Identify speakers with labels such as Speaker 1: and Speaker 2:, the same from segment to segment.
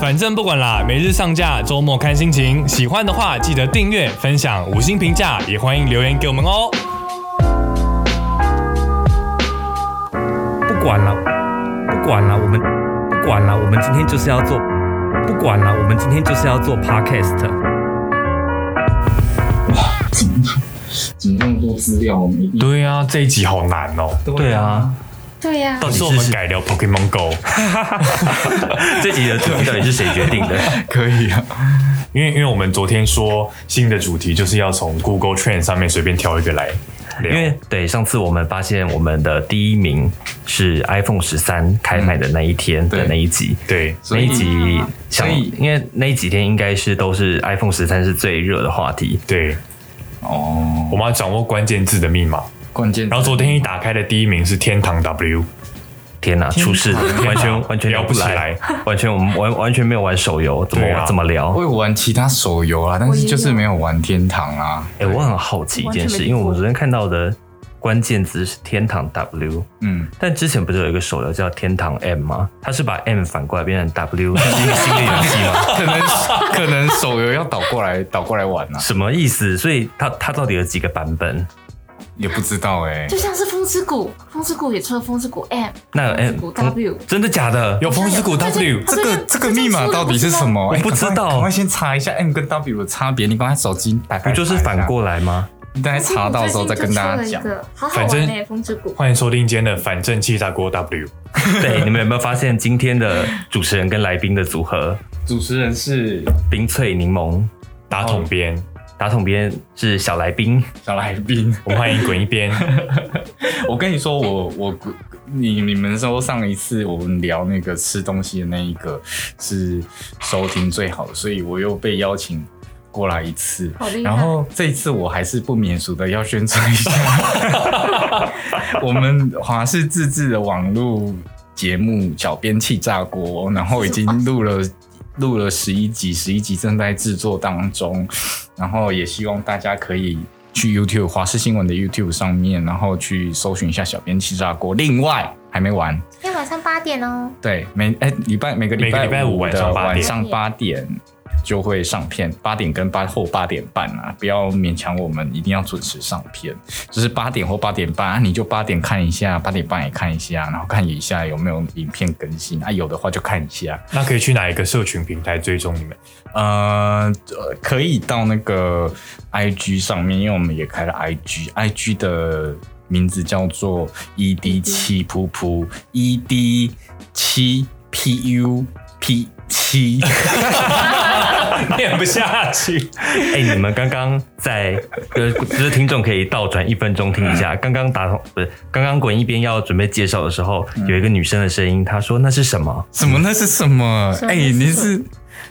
Speaker 1: 反正不管啦，每日上架，周末看心情。喜欢的话记得订阅、分享、五星评价，也欢迎留言给我们哦。
Speaker 2: 不管了，不管了，我们不管了，我们今天就是要做，不管了，我们今天就是要做 podcast。
Speaker 3: 怎么那么多资料？我们 一定
Speaker 1: 对啊，这一集好难哦。
Speaker 2: 对啊，
Speaker 4: 对呀、
Speaker 1: 到底是我们改聊 Pokemon Go
Speaker 5: 这集的主题到底是谁决定的？
Speaker 3: 可以啊。
Speaker 1: 因为因为我们昨天说新的主题就是要从 Google Trend 上面随便挑一个来聊，
Speaker 5: 因为对上次我们发现我们的第一名是 iPhone 十三开卖的那一天的
Speaker 3: 对
Speaker 5: 那一集，
Speaker 1: 对
Speaker 5: 那
Speaker 3: 以
Speaker 5: 一集想
Speaker 3: 所以，
Speaker 5: 因为那几天应该是都是 iPhone 十三是最热的话题。
Speaker 1: 对，
Speaker 3: 哦，
Speaker 1: 我们要掌握关键字的密码。
Speaker 3: 关键。
Speaker 1: 然后昨天一打开的第一名是天堂 W，
Speaker 5: 天哪，出事了，完全完全
Speaker 1: 聊不起来，
Speaker 5: 完全我们完完全没有玩手游，怎么
Speaker 1: 对啊
Speaker 5: 怎么聊
Speaker 3: 我？有玩其他手游啦，但
Speaker 4: 我
Speaker 3: 是
Speaker 4: 也有
Speaker 3: 就是没有玩天堂啊。
Speaker 5: 哎，我很好奇一件
Speaker 4: 完全
Speaker 5: 事，
Speaker 4: 没
Speaker 5: 因为我们昨天看到的关键字是天堂 W，
Speaker 3: 嗯，
Speaker 5: 但之前不是有一个手游叫天堂 M 吗？它是把 M 反过来变成 W，这是一个新的游戏吗？
Speaker 3: 可能可能手游要倒过来 倒过来玩啊，
Speaker 5: 什么意思？所以它它到底有几个版本？
Speaker 3: 也不知道哎、
Speaker 4: 就像是风之谷，风之谷也出了风之谷哎 M，
Speaker 5: 那有
Speaker 4: 风
Speaker 5: M
Speaker 4: 之谷 W，
Speaker 5: 真的假的？
Speaker 3: 哦
Speaker 1: 有风之谷
Speaker 4: 它最
Speaker 1: W，
Speaker 4: 它
Speaker 3: 这
Speaker 4: 最
Speaker 3: 个
Speaker 4: 近
Speaker 3: 这个密码到底是什？么？
Speaker 5: 我不知道
Speaker 3: 哎赶快赶快先查一下 M 跟 W 的差别。你赶快手机打开，
Speaker 5: 不就是反？过来吗？
Speaker 3: 你等下查到时候再跟大家讲。。
Speaker 4: 好好
Speaker 1: 反
Speaker 4: 玩呢、
Speaker 1: 正
Speaker 4: 风之谷。
Speaker 1: 欢迎收听今天的反正气炸锅 W，
Speaker 5: 对，你们有没有发现今天的主持人跟来宾的组合，
Speaker 3: 主持人是
Speaker 5: 冰脆柠檬哦
Speaker 1: 打桶边，
Speaker 5: 打桶边是小来宾，
Speaker 3: 小来宾，
Speaker 1: 我们欢迎滚一 边。
Speaker 3: 我跟你说，我我你你们说上一次我们聊那个吃东西的那一个是收听最好的，所以我又被邀请过来一次
Speaker 4: 好。厉害
Speaker 3: 然后这一次我还是不免俗的要宣传一下， 我们华视自制的网络节目《小编气炸锅》，然后已经录了。录了十一集，十一集正在制作当中，然后也希望大家可以去 YouTube 华视新闻的 YouTube 上面，然后去搜寻一下“小编气炸锅”。另外还没完，
Speaker 4: 今天晚上八点哦，
Speaker 3: 对，每哎礼拜每个礼
Speaker 1: 每个礼拜
Speaker 3: 拜
Speaker 1: 五晚
Speaker 3: 的
Speaker 1: 上八点
Speaker 3: 晚上八点就会上片，八点跟八或八点半啊，不要勉强我们一定要准时上片，就是八点或八点半，啊、你就八点看一下，八点半也看一下，然后看一下有没有影片更新啊，有的话就看一下。
Speaker 1: 那可以去哪一个社群平台追踪你们？
Speaker 3: 呃，呃可以到那个 IG 上面，因为我们也开了 IG，IG 的名字叫做 ED 七噗噗 ED 七 PU P 七。
Speaker 1: 念不下去，
Speaker 5: 哎、你们刚刚在，呃，就是听众可以倒转一分钟听一下，
Speaker 1: 嗯
Speaker 5: 刚刚打桶不是刚刚滚一边要准备介绍的时候，有一个女生的声音，她说那是什么？
Speaker 3: 什么？那是什么？
Speaker 4: 什么
Speaker 3: 哎、
Speaker 4: 是
Speaker 3: 你
Speaker 4: 什
Speaker 3: 是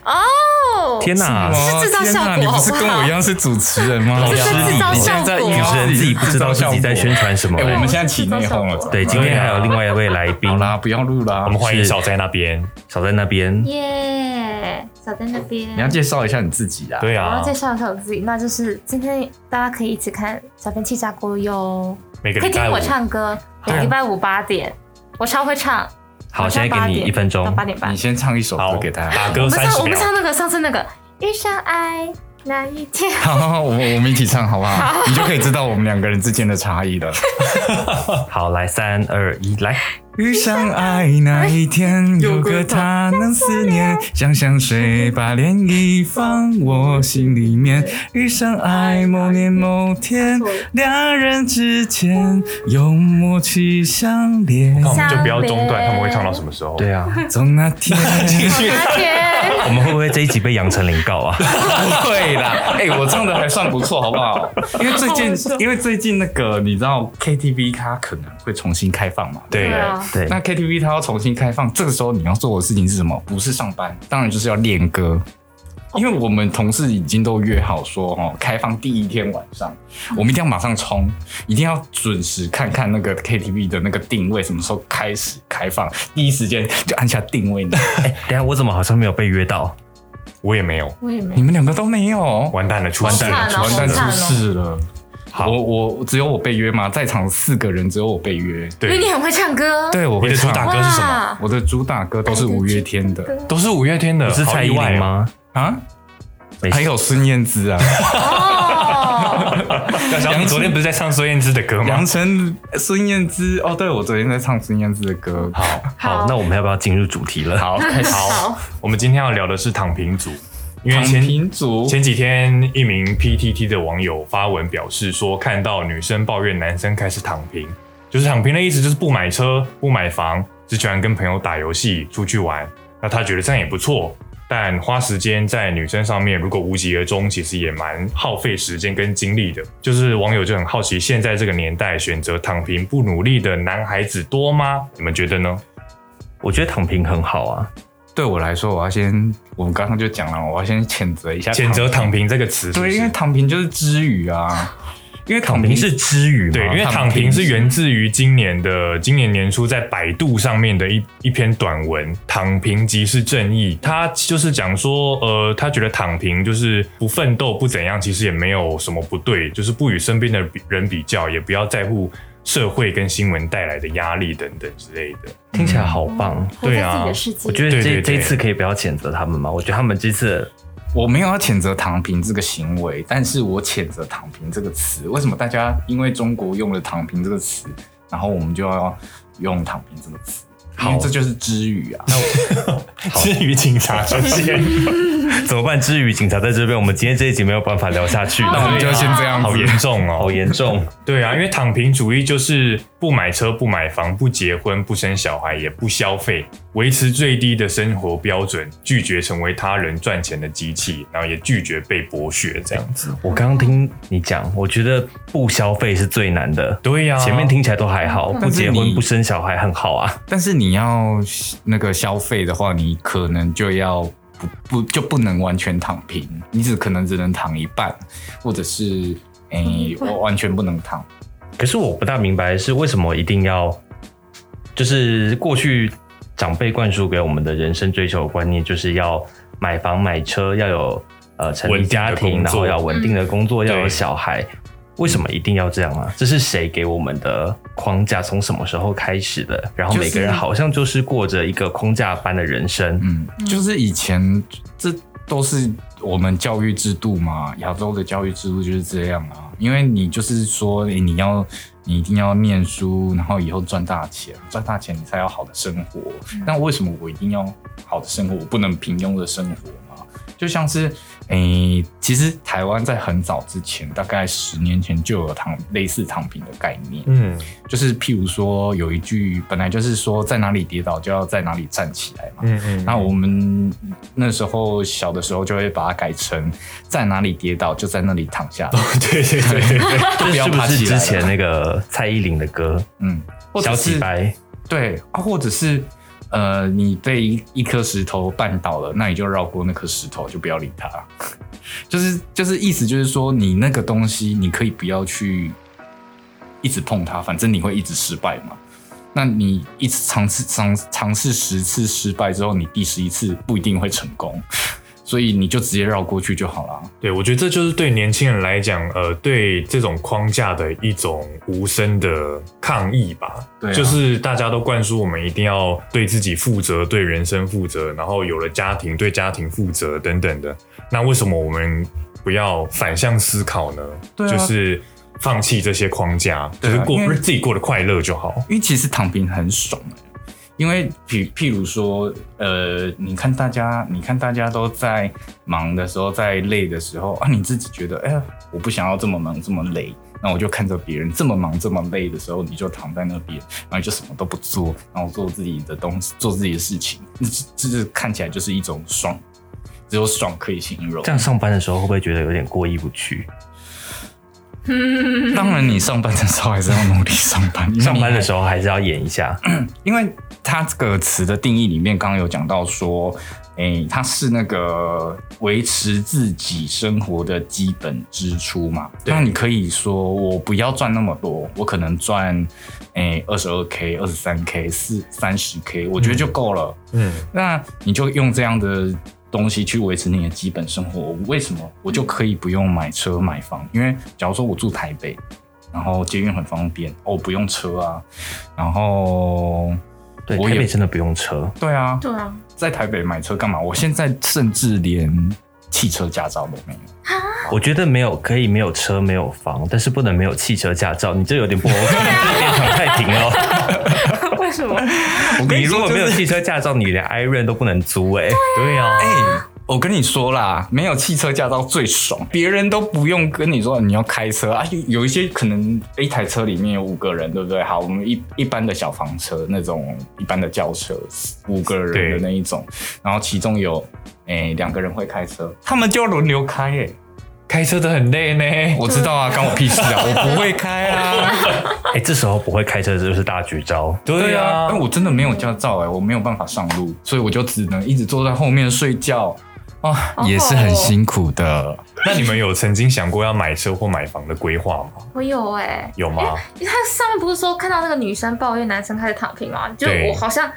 Speaker 4: 哦，
Speaker 5: 天哪！
Speaker 3: 哦
Speaker 4: 是制造
Speaker 3: 天
Speaker 4: 效
Speaker 3: 哪
Speaker 4: 果
Speaker 3: 你不是
Speaker 4: 好不
Speaker 3: 跟
Speaker 4: 好
Speaker 3: 我一样是主持人吗？
Speaker 4: 这是制造
Speaker 3: 你现
Speaker 4: 效
Speaker 3: 在
Speaker 1: 嗯
Speaker 3: 在
Speaker 4: 果
Speaker 5: 主持人自己不知道自己在宣传什么、
Speaker 3: 哎、
Speaker 1: 哦
Speaker 3: 我们
Speaker 4: 是
Speaker 3: 现在起内讧了。
Speaker 5: 对，今天还有另外一位来宾
Speaker 1: 啊
Speaker 3: 好，啦，不要录啦。
Speaker 1: 我们 欢迎小在那边。
Speaker 5: 少在那边。
Speaker 4: 耶，小在那边。
Speaker 3: 你要介绍一下你自己啊。
Speaker 1: 对
Speaker 4: 我要
Speaker 1: 啊
Speaker 4: 介，绍一下我自己，那就是今天大家可以一起看《小编气炸锅》哟，
Speaker 1: 每个
Speaker 4: 可以
Speaker 1: 礼
Speaker 4: 听
Speaker 1: 拜五
Speaker 4: 我唱歌，
Speaker 3: 啊
Speaker 4: 每个礼拜五八点，我超会唱。
Speaker 5: 好
Speaker 4: 晚上
Speaker 5: 现在给你
Speaker 4: 8点
Speaker 5: 一分钟
Speaker 4: 到八点半
Speaker 3: 你。先唱一首
Speaker 1: 好
Speaker 3: 歌给大家。
Speaker 1: 打歌
Speaker 4: 我们
Speaker 1: 三
Speaker 4: 唱，
Speaker 1: 十
Speaker 4: 我们
Speaker 1: 秒。
Speaker 4: 唱那个上次那个遇上爱那一天，
Speaker 3: 好好好，我们我们一起唱好不好？你就可以知道我们两个人之间的差异 了。
Speaker 5: 好，来三二一，来，
Speaker 3: 遇上爱那一天，有个他能思念，像香水把涟漪放我心里面。遇上爱某年某天，两人之间有默契相连
Speaker 1: 那。我们就不要中断，他们会唱到什么时候？
Speaker 5: 对啊，
Speaker 3: 从那天，
Speaker 4: 那天
Speaker 5: 我们会不会这一集被杨丞琳告 啊？
Speaker 3: 不会啦，哎、我唱的还算不错，好不好？因为最近，因为最近那个你知道 KTV 它可能会重新开放嘛，
Speaker 1: 对
Speaker 4: 对啊，
Speaker 5: 对，
Speaker 3: 那 KTV 它要重新开放，这个时候你要做的事情是什么？不是上班，当然就是要练歌。因为我们同事已经都约好说，哦，开放第一天晚上，我们一定要马上冲，一定要准时看看那个 KTV 的那个定位什么时候开始开放，第一时间就按下定位。
Speaker 5: 哎等一下我怎么好像没有被约到？
Speaker 1: 我也没有，
Speaker 4: 我也没
Speaker 3: 你们两个都没有，
Speaker 1: 完蛋了，出
Speaker 4: 完
Speaker 1: 事
Speaker 4: 蛋了
Speaker 1: 了，
Speaker 4: 好
Speaker 3: 完蛋
Speaker 4: 惨
Speaker 3: 出
Speaker 4: 哦
Speaker 3: 事了。
Speaker 5: 好
Speaker 3: 我我只有我被约吗？在场四个人只有我被约。
Speaker 4: 因为
Speaker 1: 对
Speaker 4: 你，很会唱歌。
Speaker 3: 对，我
Speaker 1: 你
Speaker 3: 会
Speaker 1: 的主
Speaker 3: 唱
Speaker 1: 打歌是什么？
Speaker 4: 哇，
Speaker 3: 我的主打歌都是五月天的
Speaker 1: 都是五月天的，
Speaker 5: 是
Speaker 1: 好
Speaker 5: 蔡
Speaker 1: 意
Speaker 5: 依
Speaker 1: 外
Speaker 5: 林
Speaker 1: 哦？哎
Speaker 5: 吗？
Speaker 3: 啊，
Speaker 5: 没事
Speaker 3: 还有孙燕姿啊，
Speaker 4: 哦，
Speaker 1: 对小杨昨天不是在唱孙燕姿的歌吗
Speaker 3: 杨？丞、孙燕姿。哦，对，我昨天在唱孙燕姿的歌。好，
Speaker 5: 好，
Speaker 4: 好
Speaker 5: 那我们要不要进入主题了？
Speaker 3: 好，开始。
Speaker 4: 好，
Speaker 1: 我们今天要聊的是躺平族，因为
Speaker 3: 躺
Speaker 1: 前
Speaker 3: 平族，
Speaker 1: 前几天，一名 PTT 的网友发文表示说，看到女生抱怨男生开始躺平，就是躺平的意思，就是不买车、不买房，只喜欢跟朋友打游戏、出去玩。那他觉得这样也不错，但花时间在女生上面，如果无疾而终，其实也蛮耗费时间跟精力的。就是网友就很好奇，现在这个年代选择躺平不努力的男孩子多吗？你们觉得呢？
Speaker 5: 我觉得躺平很好啊，
Speaker 3: 对我来说，我要先，我们刚刚就讲了，我要先谴责一下，
Speaker 1: 谴责“躺。平”这个词是不是，
Speaker 3: 对，因为躺平就是之语啊，因为
Speaker 5: 躺平是之语嘛，
Speaker 1: 对，因为躺
Speaker 3: 躺
Speaker 1: 平
Speaker 3: 平
Speaker 1: 是源自于今年的今年年初在百度上面的一一篇短文，《躺平即是正义》，他就是讲说，呃，他觉得躺平就是不奋斗不怎样，其实也没有什么不对，就是不与身边的人比较，也不要在乎社会跟新闻带来的压力等等之类的。
Speaker 5: 听起来好棒。
Speaker 4: 活
Speaker 1: 对
Speaker 4: 在
Speaker 1: 啊
Speaker 4: 自己的世界。
Speaker 5: 我觉得
Speaker 1: 对对
Speaker 5: 这
Speaker 1: 对
Speaker 5: 这一次可以不要谴责他们嘛，我觉得他们这次
Speaker 3: 我没有要谴责躺平这个行为，但是我谴责躺平这个词。为什么大家因为中国用了躺平这个词，然后我们就要用躺平这个词？因为这就是之语啊。
Speaker 1: 至于警察出现，
Speaker 5: 怎么办？之语警察在这边，我们今天这一集没有办法聊下去，
Speaker 3: 那我们就先这样
Speaker 1: 好
Speaker 3: 子
Speaker 1: 严。重哦，
Speaker 5: 好严重。
Speaker 1: 对啊，因为躺平主义就是不买车、不买房、不结婚、不生小孩、也不消费，维持最低的生活标准，拒绝成为他人赚钱的机器，然后也拒绝被剥削这样子。
Speaker 5: 我刚刚听你讲，我觉得不消费是最难的。
Speaker 1: 对啊呀、
Speaker 5: 前面听起来都还好，不
Speaker 3: 啊但是
Speaker 5: 结
Speaker 3: 你
Speaker 5: 婚不生小孩很好啊。
Speaker 3: 但是你要那个消费的话，你可能就要不不就不能完全躺平，你只可能只能躺一半，或者是诶、我完全不能躺。
Speaker 5: 可是我不大明白是为什么一定要，就是过去长辈灌输给我们的人生追求观念，就是要买房买车，要有呃成立
Speaker 1: 稳定的
Speaker 5: 家庭，
Speaker 1: 工
Speaker 5: 然
Speaker 1: 作
Speaker 5: 后要稳定的工作，要有
Speaker 1: 对
Speaker 5: 小孩。为什么一定要这样啊？这是谁给我们的框架？从什么时候开始的？然后
Speaker 3: 就是
Speaker 5: 每个人好像就是过着一个框架般的人生。
Speaker 3: 嗯，就是以前这都是我们教育制度嘛，亚洲的教育制度就是这样啊。因为你就是说，诶你要你一定要念书，然后以后赚大钱，赚大钱你才有好的生活。那为什么我一定要好的生活？我不能平庸的生活吗？就像是，诶、其实台湾在很早之前，大概十年前就有躺类似躺平的概念。
Speaker 1: 嗯，
Speaker 3: 就是譬如说有一句本来就是说在哪里跌倒就要在哪里站起来嘛。
Speaker 1: 嗯嗯
Speaker 3: 那我们那时候小的时候就会把它改成在哪里跌倒就在那里躺下，
Speaker 1: 对对对对对，
Speaker 5: 这
Speaker 3: 不要
Speaker 5: 是不
Speaker 3: 爬
Speaker 5: 是
Speaker 3: 起来
Speaker 5: 之
Speaker 3: 了
Speaker 5: 前那个蔡依林的歌
Speaker 3: 嗯，或
Speaker 5: 《
Speaker 3: 者
Speaker 5: 小几
Speaker 3: 是
Speaker 5: 白》？
Speaker 3: 对啊，或者是呃，你被一一颗石头绊倒了，那你就绕过那颗石头，就不要理它。 就是就是意思就是说，你那个东西你可以不要去一直碰它，反正你会一直失败嘛。那你一直尝试尝尝试十次失败之后，你第十一次不一定会成功， 所以你就直接绕过去就好了。
Speaker 1: 对我觉得这就是对年轻人来讲，呃，对这种框架的一种无声的抗议吧。
Speaker 3: 对啊
Speaker 1: 就是大家都灌输我们一定要对自己负责、对人生负责，然后有了家庭对家庭负责等等的。那为什么我们不要反向思考呢？
Speaker 3: 对啊
Speaker 1: 就是放弃这些框架，就
Speaker 3: 对啊
Speaker 1: 是过
Speaker 3: 因为
Speaker 1: 自己过得快乐就好。
Speaker 3: 因为其实躺平很爽欸因为譬譬如说，呃，你看大家，你看大家都在忙的时候，在累的时候啊，你自己觉得，哎呀，我不想要这么忙这么累，那我就看着别人这么忙这么累的时候，你就躺在那边，然后你就什么都不做，然后做自己的东西，做自己的事情，那这这是看起来就是一种爽，只有爽可以形容
Speaker 5: 这。样上班的时候会不会觉得有点过意不去？
Speaker 3: 当然，你上班的时候还是要努力上班，
Speaker 5: 上班的
Speaker 3: 时候。
Speaker 5: 时候还是要演一下，
Speaker 3: 因为它这个词的定义里面，刚刚有讲到说，诶、它是那个维持自己生活的基本支出嘛。
Speaker 1: 对
Speaker 3: 那你可以说我不要赚那么多，我可能赚诶二十二 k、二十三 k、四三十 k，我觉得就够了。
Speaker 1: 嗯，
Speaker 3: 那你就用这样的东西去维持你的基本生活，我为什么我就可以不用买车买房？因为假如说我住台北，然后捷运很方便，哦，不用车啊，然后
Speaker 5: 对，
Speaker 3: 我
Speaker 5: 台
Speaker 3: 也
Speaker 5: 北真的不用车，
Speaker 3: 对啊，
Speaker 4: 对啊，
Speaker 3: 在台北买车干嘛？我现在甚至连汽车驾照都没有。
Speaker 5: 我觉得没有可以没有车没有房，但是不能没有汽车驾照，你这有点 不 OK，立
Speaker 1: 啊
Speaker 5: 场太平了。
Speaker 4: 为什么？
Speaker 5: 你如果没有汽车驾照，你连 Iron 都不能租哎、
Speaker 1: 对啊呀、
Speaker 3: 哎、我跟你说啦，没有汽车驾照最爽，别人都不用跟你说你要开车啊。有有一些可能一台车里面有五个人，对不对？好，我们一一般的小房车那种一般的轿车，五个人的那一种，然后其中有哎两、个人会开车，他们就要轮流开哎、
Speaker 1: 开车的很累呢。
Speaker 3: 我知道啊，关我屁事啊，我不会开啊。
Speaker 5: 哎、这时候不会开车这就是大绝招。
Speaker 1: 对
Speaker 5: 啊
Speaker 1: 呀、
Speaker 3: 但我真的没有驾照哎、我没有办法上路，所以我就只能一直坐在后面睡觉啊，
Speaker 4: 好哦
Speaker 3: 也是很
Speaker 4: 好哦
Speaker 3: 辛苦的。
Speaker 1: 那你们有曾经想过要买车或买房的规划吗？
Speaker 4: 我有哎、
Speaker 1: 有吗？
Speaker 4: 因为他上面不是说看到那个女生抱怨男生开始躺平吗？就
Speaker 1: 对
Speaker 4: 我好像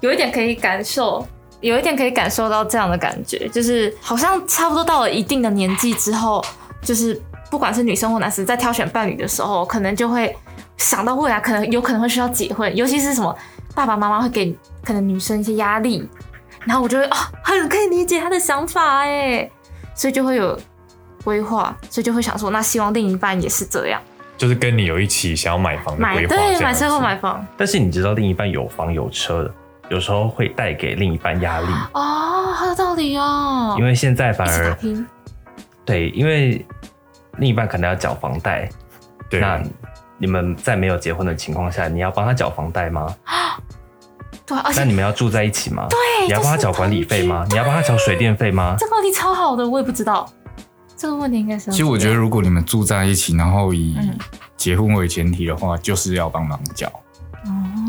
Speaker 4: 有一点可以感受，有一点可以感受到这样的感觉，就是好像差不多到了一定的年纪之后，就是不管是女生或男生，在挑选伴侣的时候，可能就会想到未来可能有可能会需要结婚，尤其是什么爸爸妈妈会给可能女生一些压力，然后我就会哦，很可以理解他的想法哎，所以就会有规划，所以就会想说，那希望另一半也是这样。
Speaker 1: 就是跟你有一起想要买房的
Speaker 4: 买
Speaker 1: 规划，这
Speaker 4: 对
Speaker 1: 样子
Speaker 4: 买车或买房
Speaker 5: 但是你知道另一半有房有车的，有时候会带给另一半压力，
Speaker 4: 哦，好有道理哦。
Speaker 5: 因为现在反
Speaker 4: 一起打
Speaker 5: 而
Speaker 4: 拼，
Speaker 5: 对，因为另一半可能要缴房贷，
Speaker 1: 对，
Speaker 5: 那你们在没有结婚的情况下，你要帮他缴房贷吗？
Speaker 4: 对，啊而
Speaker 5: 那
Speaker 4: 且
Speaker 5: 你们要住在一起吗？对你要帮他
Speaker 4: 这是
Speaker 5: 缴管理费吗？你要帮他缴水电费吗？
Speaker 4: 这个问题超好的，我也不知道这个问题应该是要
Speaker 3: 其实我觉得，如果你们住在一起，然后以
Speaker 4: 嗯
Speaker 3: 结婚为前提的话，就是要帮忙缴。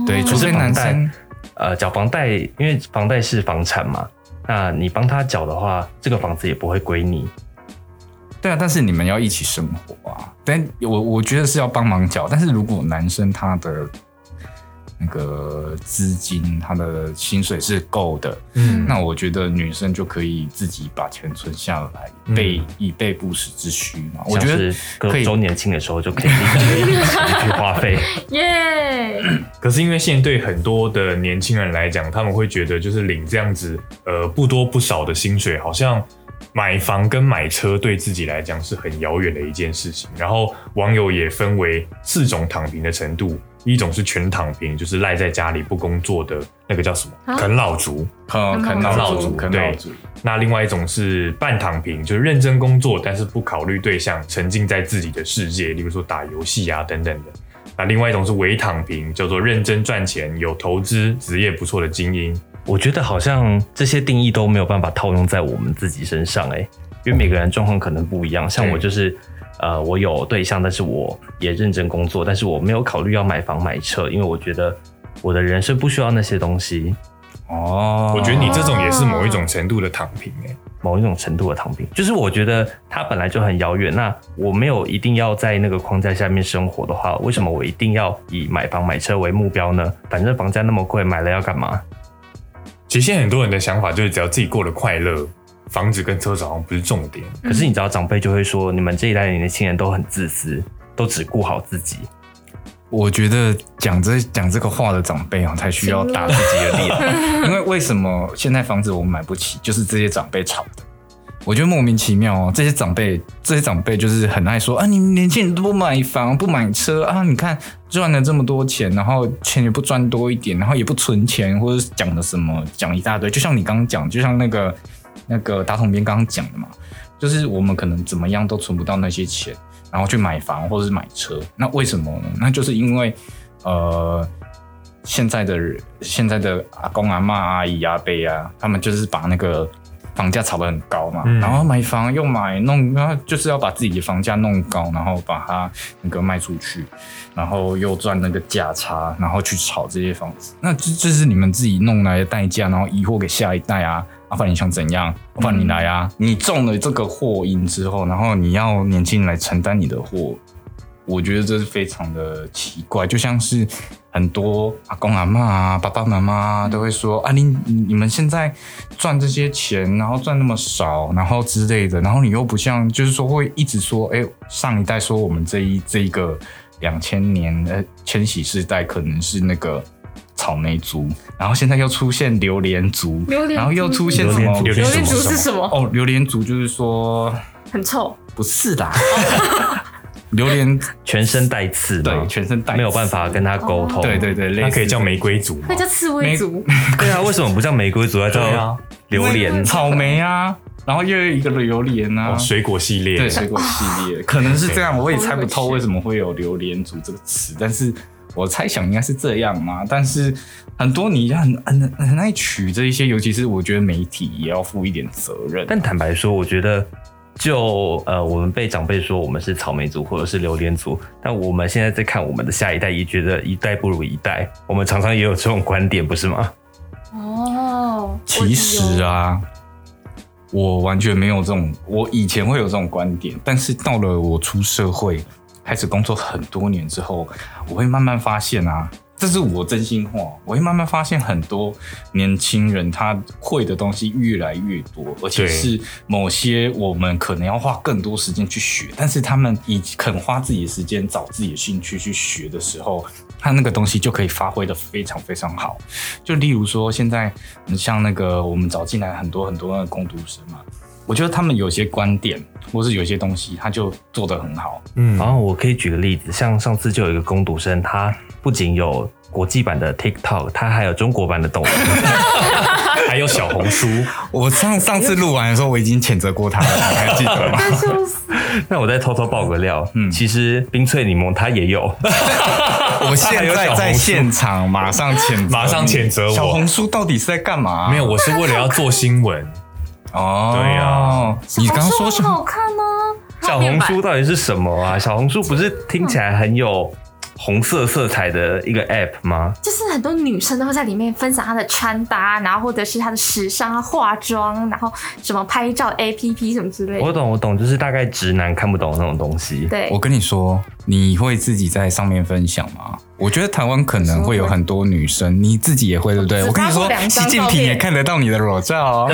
Speaker 3: 对，
Speaker 4: 哦嗯
Speaker 3: 除
Speaker 5: 就是
Speaker 3: 非
Speaker 5: 房
Speaker 3: 男
Speaker 5: 贷
Speaker 3: 生
Speaker 5: 呃，缴房贷，因为房贷是房产嘛，那你帮他缴的话，这个房子也不会归你。
Speaker 3: 对啊，但是你们要一起生活啊。但我我觉得是要帮忙缴，但是如果男生他的那个资金，他的薪水是够的，
Speaker 1: 嗯
Speaker 3: 那我觉得女生就可以自己把钱存下来，
Speaker 1: 嗯
Speaker 3: 备以备不时之需嘛。我觉
Speaker 5: 像
Speaker 3: 得
Speaker 5: 是
Speaker 3: 可
Speaker 5: 各
Speaker 3: 以
Speaker 5: 周年庆的时候就可以立刻去花费。
Speaker 4: 耶，
Speaker 1: 可是因为现在对很多的年轻人来讲，他们会觉得就是领这样子呃不多不少的薪水，好像买房跟买车对自己来讲是很遥远的一件事情。然后网友也分为四种躺平的程度，一种是全躺平，就是赖在家里不工作的那个叫什么
Speaker 4: 啊
Speaker 1: 啃老族；
Speaker 3: 啃啃
Speaker 4: 啃
Speaker 3: 老
Speaker 4: 老
Speaker 3: 族，
Speaker 1: 族
Speaker 3: 啃
Speaker 1: 对
Speaker 3: 老族，
Speaker 1: 那另外一种是半躺平，就是认真工作，但是不考虑对象，沉浸在自己的世界，例如说打游戏啊等等的。那另外一种是伪躺平，叫做认真赚钱，有投资，职业不错的精英。
Speaker 5: 我觉得好像这些定义都没有办法套用在我们自己身上哎、因为每个人状况可能不一样。像我
Speaker 1: 对
Speaker 5: 就是，呃，我有对象，但是我也认真工作，但是我没有考虑要买房买车，因为我觉得我的人生不需要那些东西。
Speaker 3: 哦，
Speaker 1: 我觉得你这种也是某一种程度的躺平哎、
Speaker 5: 某一种程度的躺平，就是我觉得它本来就很遥远。那我没有一定要在那个框架下面生活的话，为什么我一定要以买房买车为目标呢？反正房价那么贵，买了要干嘛？
Speaker 1: 其实现在很多人的想法就是，只要自己过得快乐，房子跟车子好像不是重点。
Speaker 3: 嗯
Speaker 5: 可是你知道，长辈就会说，你们这一代的年轻人都很自私，都只顾好自己。
Speaker 3: 我觉得讲这讲这个话的长辈啊，才需要打自己的 脸，因为为什么现在房子我们买不起，就是这些长辈吵的。我觉得莫名其妙哦，这些长辈，这些长辈就是很爱说啊，你们年轻人都不买房不买车啊，你看赚了这么多钱，然后钱也不赚多一点，然后也不存钱，或者是讲的什么讲一大堆，就像你刚刚讲，就像那个那个打桶边刚刚讲的嘛，就是我们可能怎么样都存不到那些钱，然后去买房或者是买车。那为什么呢？那就是因为呃，现在的人现在的阿公阿嬷阿姨阿伯啊，他们就是把那个房价炒得很高嘛，
Speaker 1: 嗯
Speaker 3: 然后买房又买弄，然后就是要把自己的房价弄高，然后把它那个卖出去，然后又赚那个价差，然后去炒这些房子。那这这是你们自己弄来的代价，然后疑惑给下一代啊。阿凡，你想怎样？阿凡，你来啊！你中了这个祸因之后，然后你要年轻人来承担你的祸，我觉得这是非常的奇怪，就像是很多阿公阿嬷啊、爸爸妈妈啊都会说啊，你你们现在赚这些钱，然后赚那么少，然后之类的，然后你又不像，就是说会一直说，哎、上一代说我们这一
Speaker 4: 嗯
Speaker 3: 这一个两千年呃千禧世代可能是那个草莓族，然后现在又出现榴莲族，
Speaker 4: 榴莲族
Speaker 3: 然后又出现什么
Speaker 1: 榴
Speaker 4: 榴
Speaker 1: 莲
Speaker 4: 莲族
Speaker 1: 族
Speaker 4: 是什么？
Speaker 3: 哦，榴莲族就是说
Speaker 4: 很臭，
Speaker 3: 不是 啦，
Speaker 4: 哦
Speaker 3: 榴莲
Speaker 5: 全身带刺吗，
Speaker 3: 对全身带刺
Speaker 5: 啊没有办法跟他沟通。
Speaker 3: 对对对，类
Speaker 1: 那可以
Speaker 3: 似
Speaker 1: 叫玫瑰族吗
Speaker 4: 那？叫刺猬族。
Speaker 5: 对啊，为什么不叫玫瑰族，要
Speaker 1: 对
Speaker 5: 叫
Speaker 1: 啊
Speaker 5: 榴莲？
Speaker 3: 草莓啊，然后又有一个榴莲啊
Speaker 1: 哦，，水果系列，
Speaker 3: 对水果系列，可能是这样，我也猜不透
Speaker 4: 我也
Speaker 3: 为什么会有榴莲族这个词，但是我猜想应该是这样嘛。但是很多你很很很爱取这一些，尤其是我觉得媒体也要负一点责任。
Speaker 5: 但坦白说，我觉得就呃，我们被长辈说我们是草莓族或者是榴莲族，但我们现在在看我们的下一代，也觉得一代不如一代。我们常常也有这种观点，不是吗？
Speaker 4: 哦，
Speaker 3: 其实
Speaker 4: 啊，
Speaker 3: 啊，我完全没有这种，我以前会有这种观点，但是到了我出社会开始工作很多年之后，我会慢慢发现啊，这是我真心话，我会慢慢发现很多年轻人他会的东西越来越多，而且
Speaker 1: 对
Speaker 3: 是某些我们可能要花更多时间去学，但是他们以肯花自己的时间找自己的兴趣去学的时候，他那个东西就可以发挥的非常非常好。就例如说，现在嗯像那个我们找进来很多很多的工读生嘛，我觉得他们有些观点或是有些东西，他就做得很好。
Speaker 1: 嗯
Speaker 5: 然，后我可以举个例子，像上次就有一个攻读生，他不仅有国际版的 TikTok，他还有中国版的抖音。
Speaker 1: 还有小红书，
Speaker 3: 我上上次录完的时候，我已经谴责过他 了，你还记得吗？
Speaker 4: 但 就是
Speaker 5: 那我再偷偷爆个料，
Speaker 3: 嗯
Speaker 5: 其实冰萃柠檬它也有，
Speaker 3: 我现在在现场，马上谴责你，
Speaker 1: 马上谴责我
Speaker 3: 小红书到底是在干嘛？
Speaker 1: 没有，我是为了要做新闻，
Speaker 3: 哦，
Speaker 1: 对啊
Speaker 3: 你刚刚
Speaker 4: 小
Speaker 3: 说
Speaker 4: 红
Speaker 3: 什
Speaker 4: 书很
Speaker 3: 么？
Speaker 4: 好看啊呢？
Speaker 5: 小红书到底是什么啊？小红书不是听起来很有红色色彩的一个 app 吗？
Speaker 4: 就是很多女生都会在里面分享她的穿搭，然后或者是她的时尚、化妆，然后什么拍照 A P P 什么之类
Speaker 5: 我
Speaker 4: 的。
Speaker 5: 懂，我懂，就是大概直男看不懂的那种东西。
Speaker 4: 对
Speaker 3: 我，跟你说，你会自己在上面分享吗？我觉得台湾可能会有很多女生，你自己也会，对不对？
Speaker 4: 我
Speaker 3: 我
Speaker 4: 只
Speaker 3: 跟
Speaker 4: 发
Speaker 3: 你
Speaker 4: 过
Speaker 3: 说
Speaker 4: 两，张
Speaker 3: 习近
Speaker 4: 照
Speaker 3: 平
Speaker 4: 片
Speaker 3: 也看得到你的裸照 哦，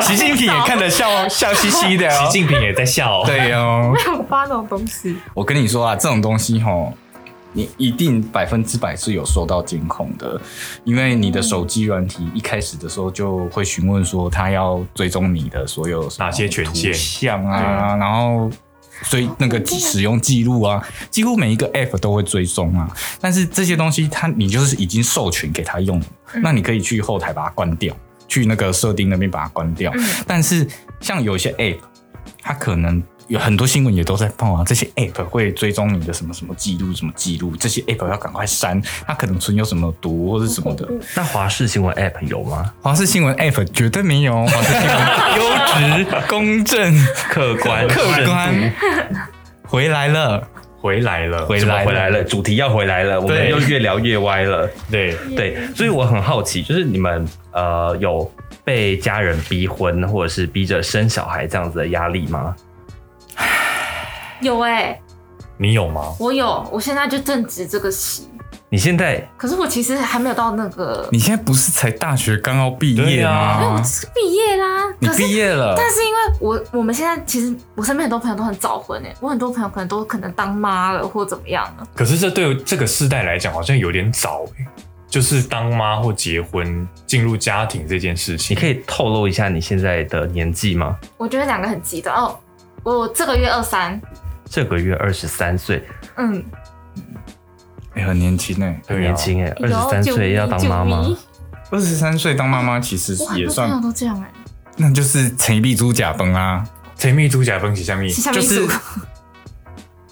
Speaker 3: 习近平也看得笑笑嘻嘻的
Speaker 1: 习
Speaker 3: 哦。
Speaker 1: 近平也在笑、哦。
Speaker 3: 对哦，
Speaker 4: 我发那种东西，
Speaker 3: 我跟你说啊，这种东西吼，你一定百分之百是有收到监控的，因为你的手机软体一开始的时候就会询问说，他要追踪你的所有什么
Speaker 1: 哪些权限
Speaker 3: 图像啊，然后。所以那个使用记录啊，几乎每一个 app 都会追踪啊。但是这些东西它，你就是已经授权给他用了，
Speaker 1: 嗯
Speaker 3: 那你可以去后台把它关掉，去那个设定那边把它关掉。
Speaker 4: 嗯
Speaker 3: 但是像有一些 app，它可能有很多新闻也都在报啊，这些 app 会追踪你的什么什么记录，什么记录，这些 app 要赶快删，它可能存有什么毒或是什么的。
Speaker 5: 那华视新闻 app 有 吗？
Speaker 3: 华视新闻 app 绝对没有，华视新闻优质、公正、
Speaker 5: 客观，
Speaker 3: 客
Speaker 5: 认同
Speaker 3: 观。回来了，
Speaker 1: 回来了，
Speaker 3: 回
Speaker 5: 怎么回来了，主题要回来了，我们
Speaker 1: 对
Speaker 5: 又越聊越歪 了。
Speaker 1: 对，
Speaker 5: 对，所以我很好奇，就是你们呃有被家人逼婚，或者是逼着生小孩这样子的压力吗？
Speaker 4: 有哎、
Speaker 1: 你有吗？
Speaker 4: 我有，我现在就正值这个期。
Speaker 5: 你现在
Speaker 4: 可是我其实还没有到那个，
Speaker 3: 你现在不是才大学刚要毕业
Speaker 4: 因为我
Speaker 5: 啊
Speaker 3: 吗
Speaker 4: 只？是毕业啦。
Speaker 3: 你
Speaker 4: 可是
Speaker 3: 毕业了，
Speaker 4: 但是因为我我们现在其实我身边很多朋友都很早婚诶、欸我很多朋友可能都可能当妈了或怎么样了。
Speaker 1: 可是这对这个世代来讲，好像有点早哎、就是当妈或结婚进入家庭这件事
Speaker 5: 你
Speaker 1: 情，
Speaker 5: 可以透露一下你现在的年纪吗？
Speaker 4: 我觉得两个很极端哦。我这个月二三，
Speaker 5: 这个月二十三岁，
Speaker 4: 嗯，
Speaker 3: 哎很年轻哎，
Speaker 5: 很年轻哎、二十
Speaker 4: 有啊
Speaker 5: 三
Speaker 4: 九
Speaker 5: 岁
Speaker 4: 迷
Speaker 5: 要当妈
Speaker 4: 九
Speaker 5: 妈
Speaker 4: 迷，
Speaker 3: 二十三岁当妈妈其实
Speaker 4: 我很
Speaker 3: 也
Speaker 4: 多朋友
Speaker 3: 算，
Speaker 4: 都这样哎、
Speaker 3: 那就是陈立猪甲崩啊，
Speaker 1: 陈密猪甲分析下面
Speaker 4: 是下面一
Speaker 3: 就是
Speaker 4: 组，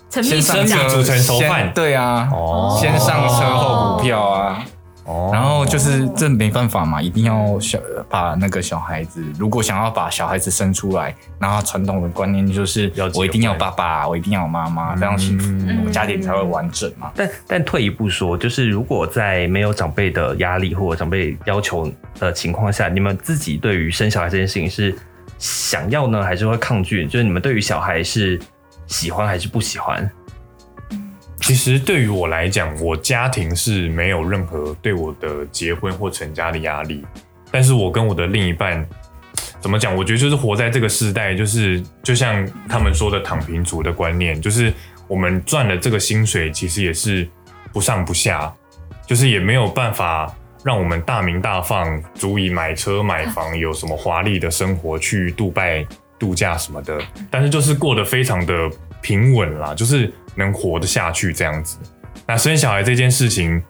Speaker 4: 陈秘
Speaker 3: 先
Speaker 4: 书
Speaker 3: 上
Speaker 1: 假
Speaker 3: 车
Speaker 1: 组成熟
Speaker 3: 先
Speaker 1: 饭
Speaker 3: 对啊，
Speaker 1: 哦
Speaker 3: 先上车后补票啊，
Speaker 1: 哦，
Speaker 3: 然后就是这没办法嘛，一定要小呃把那个小孩子，如果想要把小孩子生出来，然后传统的观念就是
Speaker 1: 要自由
Speaker 3: 我一定要爸爸，我一定要妈妈，这样幸福，
Speaker 1: 嗯
Speaker 3: 我家庭才会完整嘛。
Speaker 5: 但但退一步说，就是如果在没有长辈的压力或者长辈要求的情况下，你们自己对于生小孩这件事情是想要呢，还是会抗拒？就是你们对于小孩是喜欢还是不喜欢？
Speaker 1: 其实对于我来讲，我家庭是没有任何对我的结婚或成家的压力，但是我跟我的另一半。怎么讲？我觉得就是活在这个时代，就是就像他们说的“躺平族”的观念，就是我们赚了这个薪水，其实也是不上不下，就是也没有办法让我们大名大放，足以买车买房，有什么华丽的生活去杜拜度假什么的。但是就是过得非常的平稳啦，就是能活得下去这样子。那生小孩这件事情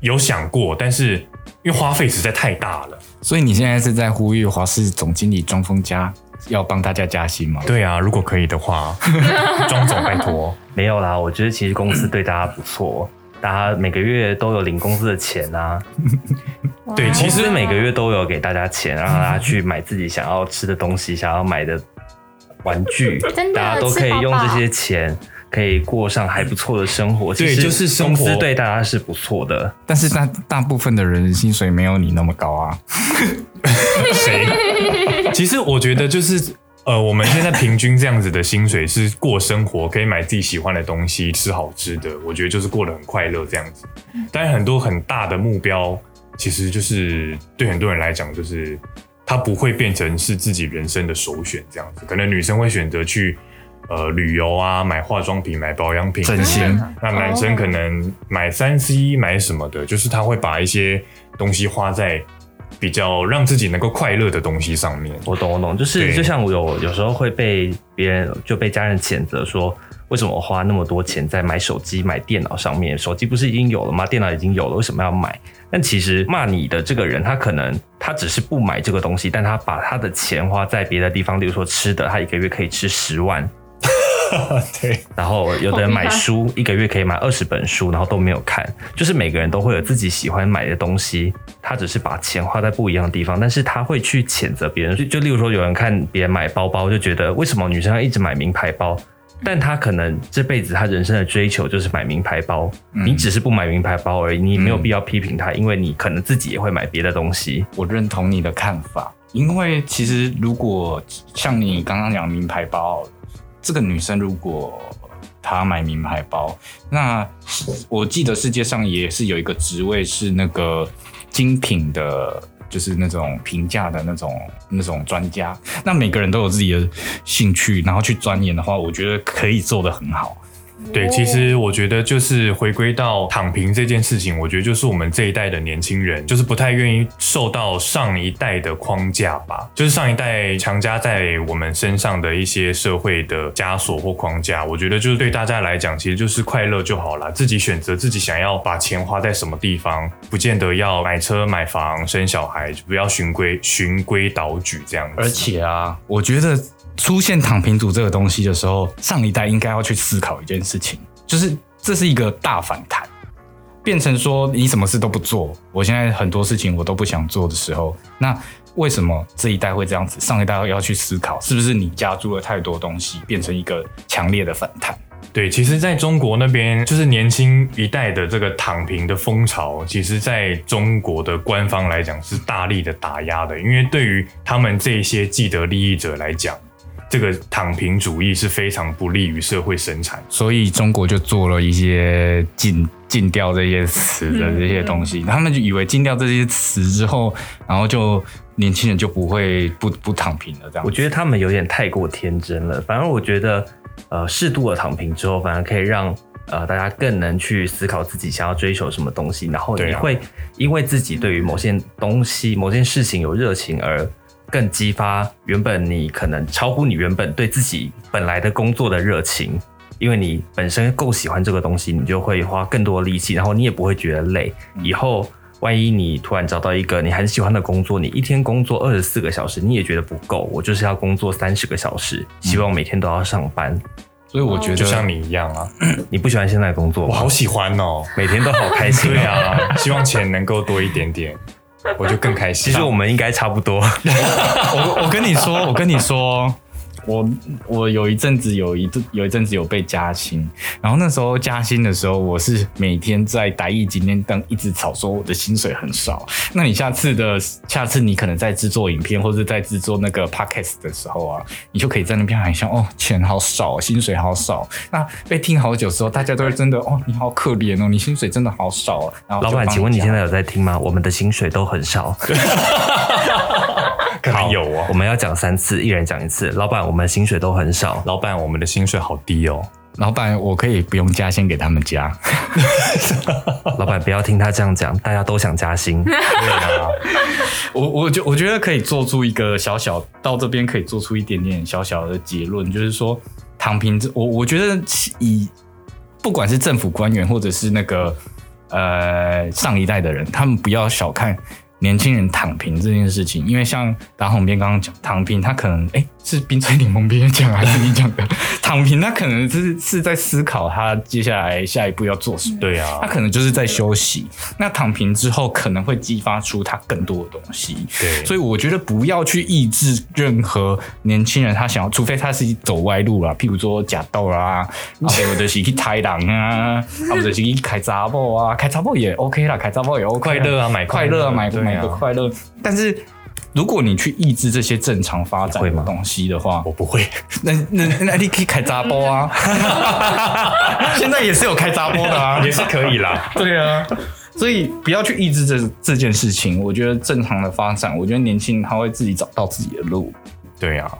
Speaker 1: 有想过，但是因为花费实在太大了。
Speaker 3: 所以你现在是在呼吁华视总经理庄丰嘉要帮大家加薪吗？
Speaker 1: 对啊，如果可以的话， 庄总拜托。
Speaker 5: 没有啦，我觉得其实公司对大家不错，大家每个月都有领公司的钱啊，
Speaker 1: 对
Speaker 4: 哇
Speaker 1: 其
Speaker 5: 公
Speaker 1: 实
Speaker 5: 司每个月都有给大家钱，让大家去买自己想要吃的东西，想要买的玩具
Speaker 4: 真，的
Speaker 5: 大家都可以
Speaker 4: 吃饱
Speaker 5: 用
Speaker 4: 饱
Speaker 5: 这些钱。可以过上还不错的生活，
Speaker 1: 对
Speaker 5: 其实
Speaker 1: 就是生
Speaker 5: 公
Speaker 1: 活
Speaker 5: 司对大家是不错的。
Speaker 3: 但是大大部分的人薪水没有你那么高啊。
Speaker 1: 谁？其实我觉得就是呃，我们现在平均这样子的薪水是过生活，可以买自己喜欢的东西，吃好吃的，我觉得就是过得很快乐这样子。当然，很多很大的目标，其实就是对很多人来讲，就是它不会变成是自己人生的首选这样子。可能女生会选择去。呃，旅游啊，买化妆品、买保养品、
Speaker 3: 整形
Speaker 1: 那男生可能买三 C 买什么的，就是他会把一些东西花在比较让自己能够快乐的东西上面。
Speaker 5: 我懂，我懂，就是
Speaker 1: 对
Speaker 5: 就像我有有时候会被别人就被家人谴责说，为什么我花那么多钱在买手机、买电脑上面？手机不是已经有了吗？电脑已经有了，为什么要买？但其实骂你的这个人，他可能他只是不买这个东西，但他把他的钱花在别的地方，例如说吃的，他一个月可以吃十万。
Speaker 1: 对，
Speaker 5: 然后有的人买
Speaker 4: 好厉害
Speaker 5: 书，一个月可以买二十本书，然后都没有看。就是每个人都会有自己喜欢买的东西，他只是把钱花在不一样的地方，但是他会去谴责别
Speaker 4: 嗯
Speaker 5: 人。就就例如说，有人看别人买包包，就觉得为什么女生要一直买名牌包？但他可能这辈子他人生的追求就是买名牌包，你只是不买名牌包而已，你没
Speaker 4: 嗯
Speaker 5: 有必要批评他，因为你可能自己也会买别的东西。
Speaker 3: 我认同你的看法，因为其实如果像你刚刚讲名牌包，这个女生如果她买名牌包，那我记得世界上也是有一个职位是那个精品的。就是那种平价的那种那种专家，那每个人都有自己的兴趣，然后去钻研的话，我觉得可以做得很好。
Speaker 1: 对，其实我觉得就是回归到躺平这件事情，我觉得就是我们这一代的年轻人，就是不太愿意受到上一代的框架吧，就是上一代强加在我们身上的一些社会的枷锁或框架。我觉得就是对大家来讲，其实就是快乐就好了，自己选择自己想要把钱花在什么地方，不见得要买车、买房、生小孩，就不要循规循规蹈矩这样子。
Speaker 3: 而且啊，我觉得出现躺平族这个东西的时候，上一代应该要去思考一件事情，就是这是一个大反弹，变成说你什么事都不做，我现在很多事情我都不想做的时候，那为什么这一代会这样子？上一代要去思考，是不是你加注了太多东西，变成一个强烈的反弹？
Speaker 1: 对，其实在中国那边，就是年轻一代的这个躺平的风潮，其实在中国的官方来讲是大力的打压的，因为对于他们这些既得利益者来讲，这个躺平主义是非常不利于社会生产。
Speaker 3: 所以中国就做了一些禁禁掉这些词的这些东西，他们就以为禁掉这些词之后，然后就年轻人就不会不不躺平了这样
Speaker 5: 我。觉得他们有点太过天真了。反而我觉得，呃，适度的躺平之后，反而可以让呃大家更能去思考自己想要追求什么东西，然后
Speaker 1: 对
Speaker 5: 你
Speaker 1: 啊
Speaker 5: 会因为自己对于某件东西、某件事情有热情而。更激发原本你可能超乎你原本对自己本来的工作的热情，因为你本身够喜欢这个东西，你就会花更多的力气，然后你也不会觉得累。
Speaker 1: 嗯
Speaker 5: 以后万一你突然找到一个你很喜欢的工作，你一天工作二十四个小时，你也觉得不够，我就是要工作三十个小
Speaker 1: 嗯
Speaker 5: 时，希望每天都要上班。
Speaker 3: 所以我觉得，
Speaker 1: 就像你一样啊，
Speaker 5: 你不喜欢现在的工作
Speaker 1: 我
Speaker 5: 吗？
Speaker 1: 好喜欢哦。
Speaker 5: 每天都好开 心、哦
Speaker 1: 对啊，希望钱能够多一点点，我就更开
Speaker 5: 其
Speaker 1: 心。
Speaker 5: 实我们应该差不多。
Speaker 3: 我我跟你说，我跟你说， 我我有一阵子有一有一阵子有被加薪，然后那时候加薪的时候，我是每天在台艺今天当一直吵说我的薪水很少。那你下次的下次你可能在制作影片或者在制作那个 podcast 的时候啊，你就可以在那边喊一下哦，钱好少，薪水好少。哦那被听好久之后，大家都会真的哦，你好可怜哦，你薪水真的好少、啊。然后就
Speaker 5: 老板，
Speaker 3: 帮
Speaker 5: 请问你
Speaker 3: 加
Speaker 5: 现在有在听吗？我们的薪水都很少。
Speaker 1: 可能有哦
Speaker 5: 我。们要讲三次，一人讲一次。老板，我们薪水都很 少。
Speaker 1: 老板，我们的薪水好低哦。
Speaker 3: 老板，我可以不用加薪给他们加。
Speaker 5: 老板，不要听他这样讲，大家都想加薪。
Speaker 1: 对啊，
Speaker 3: 我我觉我觉得可以做出一个小小到这边可以做出一点点小小的结论，就是说躺平这，我我觉得以不管是政府官员或者是那个呃上一代的人，他们不要小看年轻人躺平这件事情，因为像打红边刚刚讲躺平，他可能哎是冰水柠檬边讲还是你讲的 躺平，他可能是是在思考他接下来下一步要做什么。
Speaker 1: 对
Speaker 3: 他
Speaker 1: 啊，
Speaker 3: 可能就是在休息，那躺平之后可能会激发出他更多的东西，
Speaker 1: 对，
Speaker 3: 所以我觉得不要去抑制任何年轻人，他想要，除非他是走歪路啦，譬如说假豆啦，啊，或者是去抬狼啊，啊，或者是去开杂报啊，开杂报也 OK 啦，开杂报也 OK，
Speaker 1: 快
Speaker 3: 啦
Speaker 1: 乐啊，买
Speaker 3: 快乐啊，买个
Speaker 1: 对啊
Speaker 3: 买个快乐。但是如果你去抑制这些正常发展
Speaker 5: 会
Speaker 3: 的
Speaker 5: 吗
Speaker 3: 东西的话，
Speaker 1: 我不会，
Speaker 3: 那那那你可以开杂报啊， 现在也是有开杂报的啊，
Speaker 1: 也是可以啦。
Speaker 3: 对啊，所以不要去抑制这这件事情。我觉得正常的发展，我觉得年轻人他会自己找到自己的路。
Speaker 1: 对啊，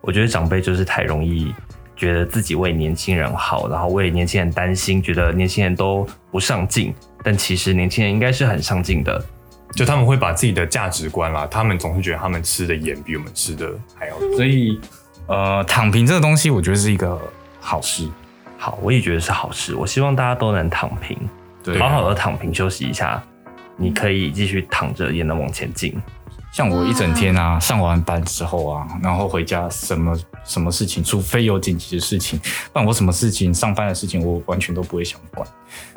Speaker 5: 我觉得长辈就是太容易觉得自己为年轻人好，然后为年轻人担心，觉得年轻人都不上进。但其实年轻人应该是很上进的。
Speaker 1: 就他们会把自己的价值观啦，他们总是觉得他们吃的盐比我们吃的还要多。
Speaker 3: 所以，呃，躺平这个东西，我觉得是一个好事。
Speaker 5: 好，我也觉得是好事。我希望大家都能躺平，
Speaker 3: 对啊
Speaker 5: 好好的躺平休息一下。你可以继续躺着，也能往前进。
Speaker 3: 像我一整天啊，上完班之后啊，然后回家什么什么事情，除非有紧急的事情，不然我什么事情上班的事情，我完全都不会想管。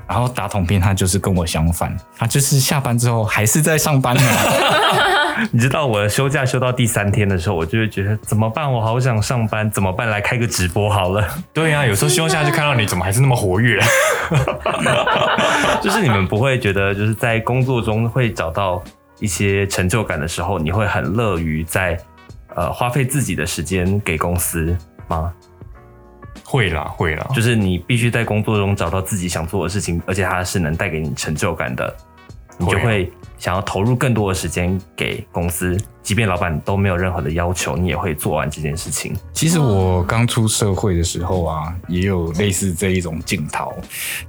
Speaker 3: 然后打桶边他就是跟我相反，他就是下班之后还是在上班呢。
Speaker 5: 你知道我休假休到第三天的时候，我就会觉得怎么办？我好想上班，怎么办？来开个直播好了。
Speaker 1: 对啊，有时候休假就看到你怎么还是那么活跃，
Speaker 5: 就是你们不会觉得，就是在工作中会找到一些成就感的时候，你会很乐于在呃花费自己的时间给公司吗？
Speaker 1: 会啦会啦，
Speaker 5: 就是你必须在工作中找到自己想做的事情，而且它是能带给你成就感的，你就
Speaker 1: 会啊
Speaker 5: 会想要投入更多的时间给公司，即便老板都没有任何的要求，你也会做完这件事情。
Speaker 3: 其实我刚出社会的时候啊，也有类似这一种镜头，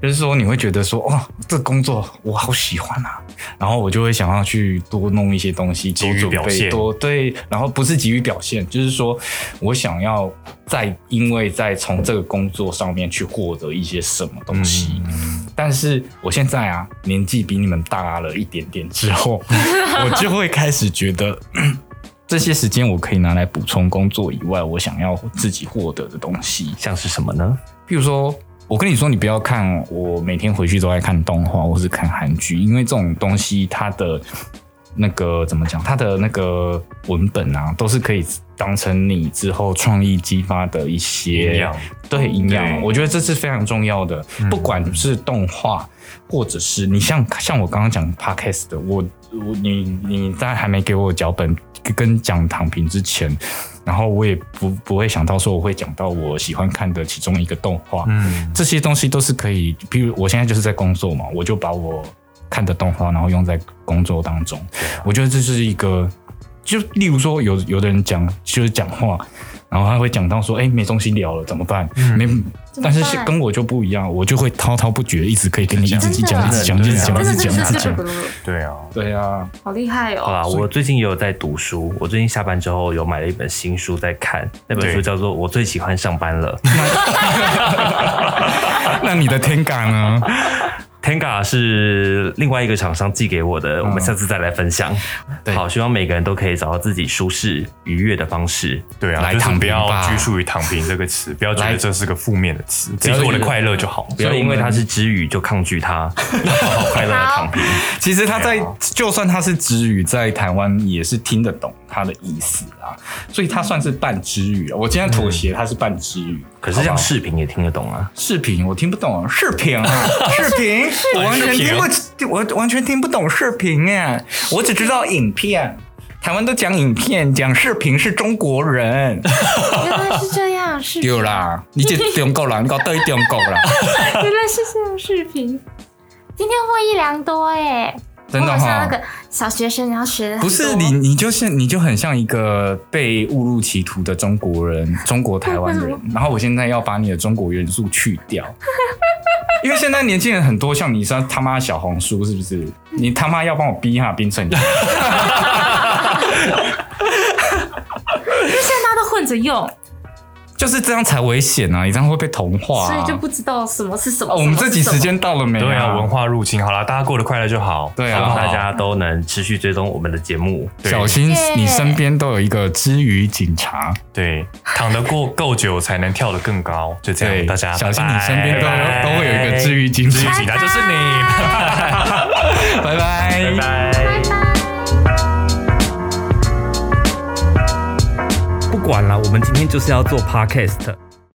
Speaker 3: 就是说你会觉得说，哦，这工作我好喜欢啊，然后我就会想要去多弄一些东西，
Speaker 1: 急
Speaker 3: 多
Speaker 1: 于
Speaker 3: 准
Speaker 1: 表
Speaker 3: 备，
Speaker 1: 现
Speaker 3: 多对，然后不是急于表现，就是说我想要再因为在从这个工作上面去获得一些什么东西。但是我现在啊，年纪比你们大了一点点之后，我就会开始觉得， 嗯这些时间我可以拿来补充工作以外，我想要自己获得的东西。
Speaker 5: 像是什么呢？
Speaker 3: 譬如说，我跟你说，你不要看我每天回去都在看动画或是看韩剧，因为这种东西它的那个怎么讲，它的那个文本啊，都是可以当成你之后创意激发的一些
Speaker 1: 营养
Speaker 3: 对营养，
Speaker 1: 对
Speaker 3: 我觉得这是非常重要的。不管是动画，或者是你像像我刚刚讲 podcast 的，我我你你在还没给我脚本跟讲躺平之前，然后我也不不会想到说我会讲到我喜欢看的其中一个动画，
Speaker 1: 嗯，
Speaker 3: 这些东西都是可以，比如我现在就是在工作嘛，我就把我看的动画，然后用在工作当中。我觉得这是一个，就例如说有有的人讲就是讲话，然后他会讲到说，哎、没东西聊了怎么办？没，
Speaker 4: 怎么
Speaker 3: 但是
Speaker 4: 办
Speaker 3: 跟我就不一样，我就会滔滔不绝，一直可以跟你一直讲，一直讲，一直讲，一
Speaker 4: 但
Speaker 3: 直
Speaker 4: 是
Speaker 3: 讲，一直讲。
Speaker 1: 对啊，
Speaker 3: 对啊，
Speaker 4: 好厉害
Speaker 5: 好
Speaker 4: 哦！
Speaker 5: 啦，我最近也有在读书。我最近下班之后有买了一本新书在看，那本书
Speaker 1: 对
Speaker 5: 叫做《我最喜欢上班了》。
Speaker 3: 那你的天感呢？
Speaker 5: Tenga 是另外一个厂商寄给我的，我们下次再来分享。
Speaker 3: 对
Speaker 5: 好，希望每个人都可以找到自己舒适愉悦的方式。
Speaker 1: 对啊，
Speaker 3: 来
Speaker 1: 就是
Speaker 3: 躺
Speaker 1: 不
Speaker 3: 平
Speaker 1: 要
Speaker 3: 吧
Speaker 1: 拘束于“躺平”这个词，不要觉
Speaker 3: 来
Speaker 1: 得这是个负面的词，自己
Speaker 5: 要
Speaker 1: 过得
Speaker 5: 觉得
Speaker 1: 快乐就好。
Speaker 3: 啊
Speaker 5: 不要因为它是之语就抗拒它，要好好快乐的躺平。
Speaker 3: 啊其实他在，就算他是直语，在台湾也是听得懂，他的意思啊，所以它算是半支语啊。我今天妥协，它是半支语。
Speaker 5: 可是像
Speaker 3: 好不好
Speaker 5: 视频也听得懂啊，
Speaker 3: 视频我听不懂，视频 啊，视频，我完全听不，我完全听不懂视频哎，我只知道影片。台湾都讲影片，讲视频是中国人。
Speaker 4: 原来是这样，视频，
Speaker 3: 对啦，你这中国人，你搞对中国啦，
Speaker 4: 原来是这样，视频。今天获益良多哎，
Speaker 3: 真的
Speaker 4: 我好像那
Speaker 3: 哈。
Speaker 4: 个小学生，然后学的
Speaker 3: 不是你，你就是你就很像一个被误入歧途的中国人，中国台湾
Speaker 4: 为
Speaker 3: 人。然后我现在要把你的中国元素去掉，因为现在年轻人很多，像你说他妈小红书是不是？你他妈要帮我逼哈冰城，
Speaker 4: 现在大家都混着用，
Speaker 3: 就是这样才危险啊！你这样会被同化、
Speaker 4: 所
Speaker 3: 啊。
Speaker 4: 以就不知道什么是什么。
Speaker 3: 哦，我们
Speaker 4: 什
Speaker 3: 这
Speaker 4: 么
Speaker 3: 集
Speaker 4: 是什么
Speaker 3: 时间到了没、
Speaker 1: 对啊，文。化入侵，好啦，大家过得快乐就好。
Speaker 3: 对
Speaker 5: 希
Speaker 3: 啊
Speaker 5: 望大家都能持续追踪我们的节目。
Speaker 1: 对
Speaker 3: 小心
Speaker 4: 耶，
Speaker 3: 你身边都有一个知语警察。
Speaker 1: 对，躺得过够久才能跳得更高，就这
Speaker 3: 对，
Speaker 1: 样，大家
Speaker 3: 小心，
Speaker 1: 拜
Speaker 3: 你
Speaker 1: 拜
Speaker 3: 身边都
Speaker 1: 拜拜
Speaker 3: 都会有一个知语警
Speaker 1: 知
Speaker 3: 察。
Speaker 1: 己他就是你，
Speaker 3: 拜拜
Speaker 1: 拜拜。
Speaker 2: 不管了，我们今天就是要做 podcast。